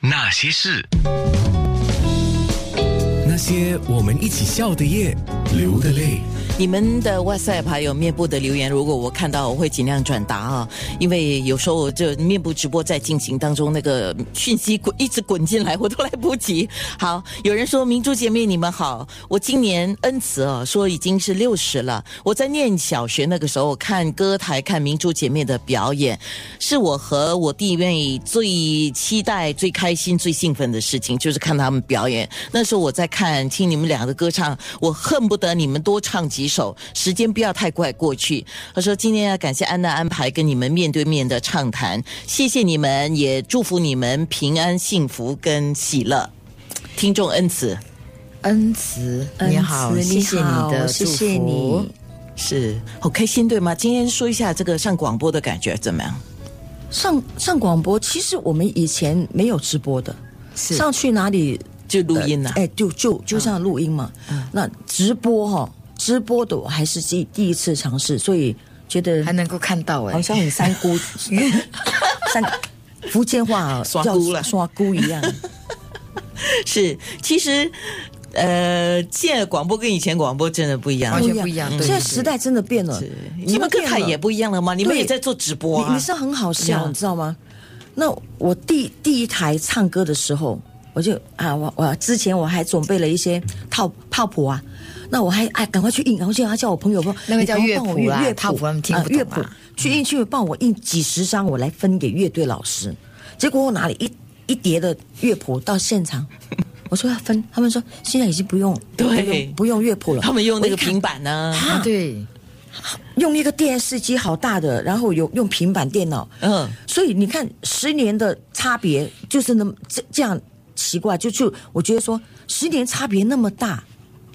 那些事，那些我们一起笑的夜，流的泪。你们的 WhatsApp 还有面部的留言，如果我看到，我会尽量转达啊，因为有时候这面部直播在进行当中，那个讯息滚一直滚进来，我都来不及。好，有人说明珠姐妹你们好，我今年恩慈哦，说已经是六十了。我在念小学那个时候看歌台看明珠姐妹的表演，是我和我弟妹最期待、最开心、最兴奋的事情，就是看他们表演。那时候我在看听你们俩的歌唱，我恨不得你们多唱几首，时间不要太快过去。他说今天要啊感谢安娜安排跟你们面对面的畅谈，谢谢你们，也祝福你们平安、幸福跟喜乐。听众恩慈恩慈，你好，恩慈谢谢你好你的谢祝福，谢你是好开心对吗？今天说一下这个上广播的感觉怎么样？上上广播，其实我们以前没有直播的，是上去哪里就录音啊嗯呐、呃哎，就就就像录音嘛。那直播哈、直播的我还是第第一次尝试，所以觉得还能够看到哎、好像很三姑 三福建话哦刷叫姑了刷姑 一样。 是，其实，呃，现在广播跟以前广播真的不一样。完全不一样对现在对时代真的变了是，真你的们跟变台了也不一样了吗？你们对也在做直播你啊你？是很好呀笑，你知道吗？那我第第一台唱歌的时候，我就啊，我我之前我还准备了一些套泡谱啊，那我还哎赶快去印，然后就要叫我朋友说，那个你叫赶快乐帮我谱印啦乐套谱他们听不懂乐谱啊去印去帮我印几十张，我来分给乐队老师。结果我拿了一一叠的乐谱到现场， 我说要分，他们说现在已经不用对不用不用乐谱了，他们用那个我一看平板呢、啊，对，用一个电视机好大的，然后有用平板电脑，嗯所以你看十年的差别就是那么这这样奇怪，就就我觉得说十年差别那么大，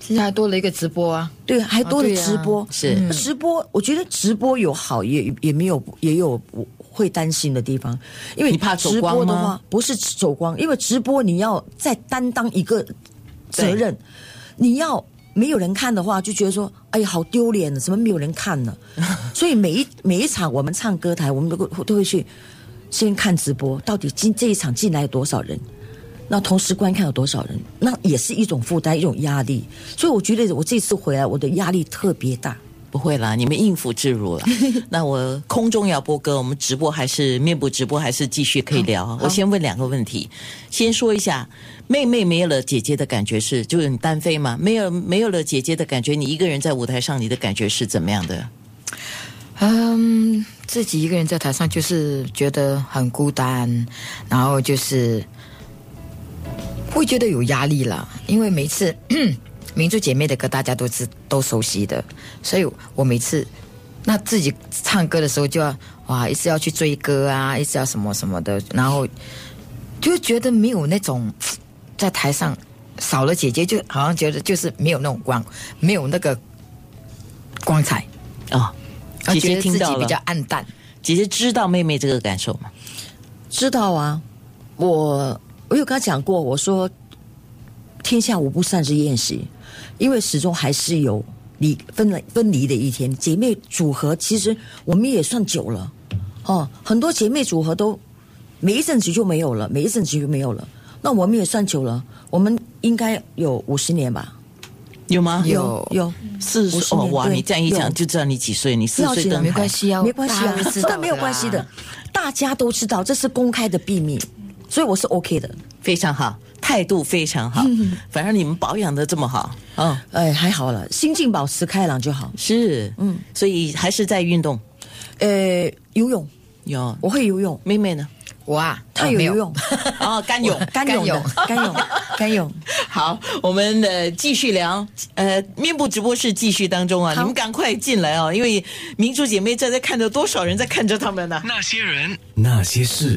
现在还多了一个直播啊，对，还多了啊对啊直播，哦是那直播，我觉得直播有好也也没有也有我会担心的地方，因为你怕走直播光的吗话不是走光，因为直播你要再担当一个责任，你要。没有人看的话，就觉得说，哎呀，好丢脸怎么没有人看呢？所以每一每一场我们唱歌台，我们都会都会去先看直播，到底今这一场进来有多少人，那同时观看有多少人，那也是一种负担，一种压力。所以我觉得我这次回来，我的压力特别大。不会啦，你们应付自如了。那我空中要播歌，我们直播还是面部直播，还是继续可以聊。啊我先问两个问题，先说一下，妹妹没有了姐姐的感觉是，就是你单飞嘛，没有没有了姐姐的感觉，你一个人在舞台上，你的感觉是怎么样的？嗯，自己一个人在台上就是觉得很孤单，然后就是会觉得有压力啦，因为每次 民族姐妹的歌大家都知都熟悉的，所以我每次嗯那自己唱歌的时候就要哇，一直要去追歌啊，一直要什么什么的，然后就觉得没有那种在台上少了姐姐，就好像觉得就是没有那种光，没有那个光彩。哦，啊姐觉姐得自听己到比了，较暗淡。姐姐知道妹妹这个感受吗？知道啊，我我有跟他讲过，我说天下无不散之宴席，因为始终还是有离分了分离的一天。姐妹组合其实我们也算久了，哦，很多姐妹组合都每一阵子就没有了，每一阵子就没有了。那我们也算久了，我们应该有五十年吧？有吗？有有。四50十哦年哇！对你这样一讲有就知道你几岁，你四不要岁紧啊登台没关系啊，没关系啊大家都知，道那没有啦关系的，大家都知道，这是公开的秘密，所以我是 OK 的。非常好，态度非常好。反正你们保养的这么好，嗯，哎，还好了，心境保持开朗就好。是，嗯，所以还是在运动。呃，游泳，有我会游泳，妹妹呢？我啊，他呃有没游 泳，哦，干泳。 干泳的，干泳，干泳。 好，我们呃继续聊，呃，面部直播室继续当中啊，你们赶快进啊来哦，因为明珠姐妹正在看着多少人在看着他们呢、那些人。那些事。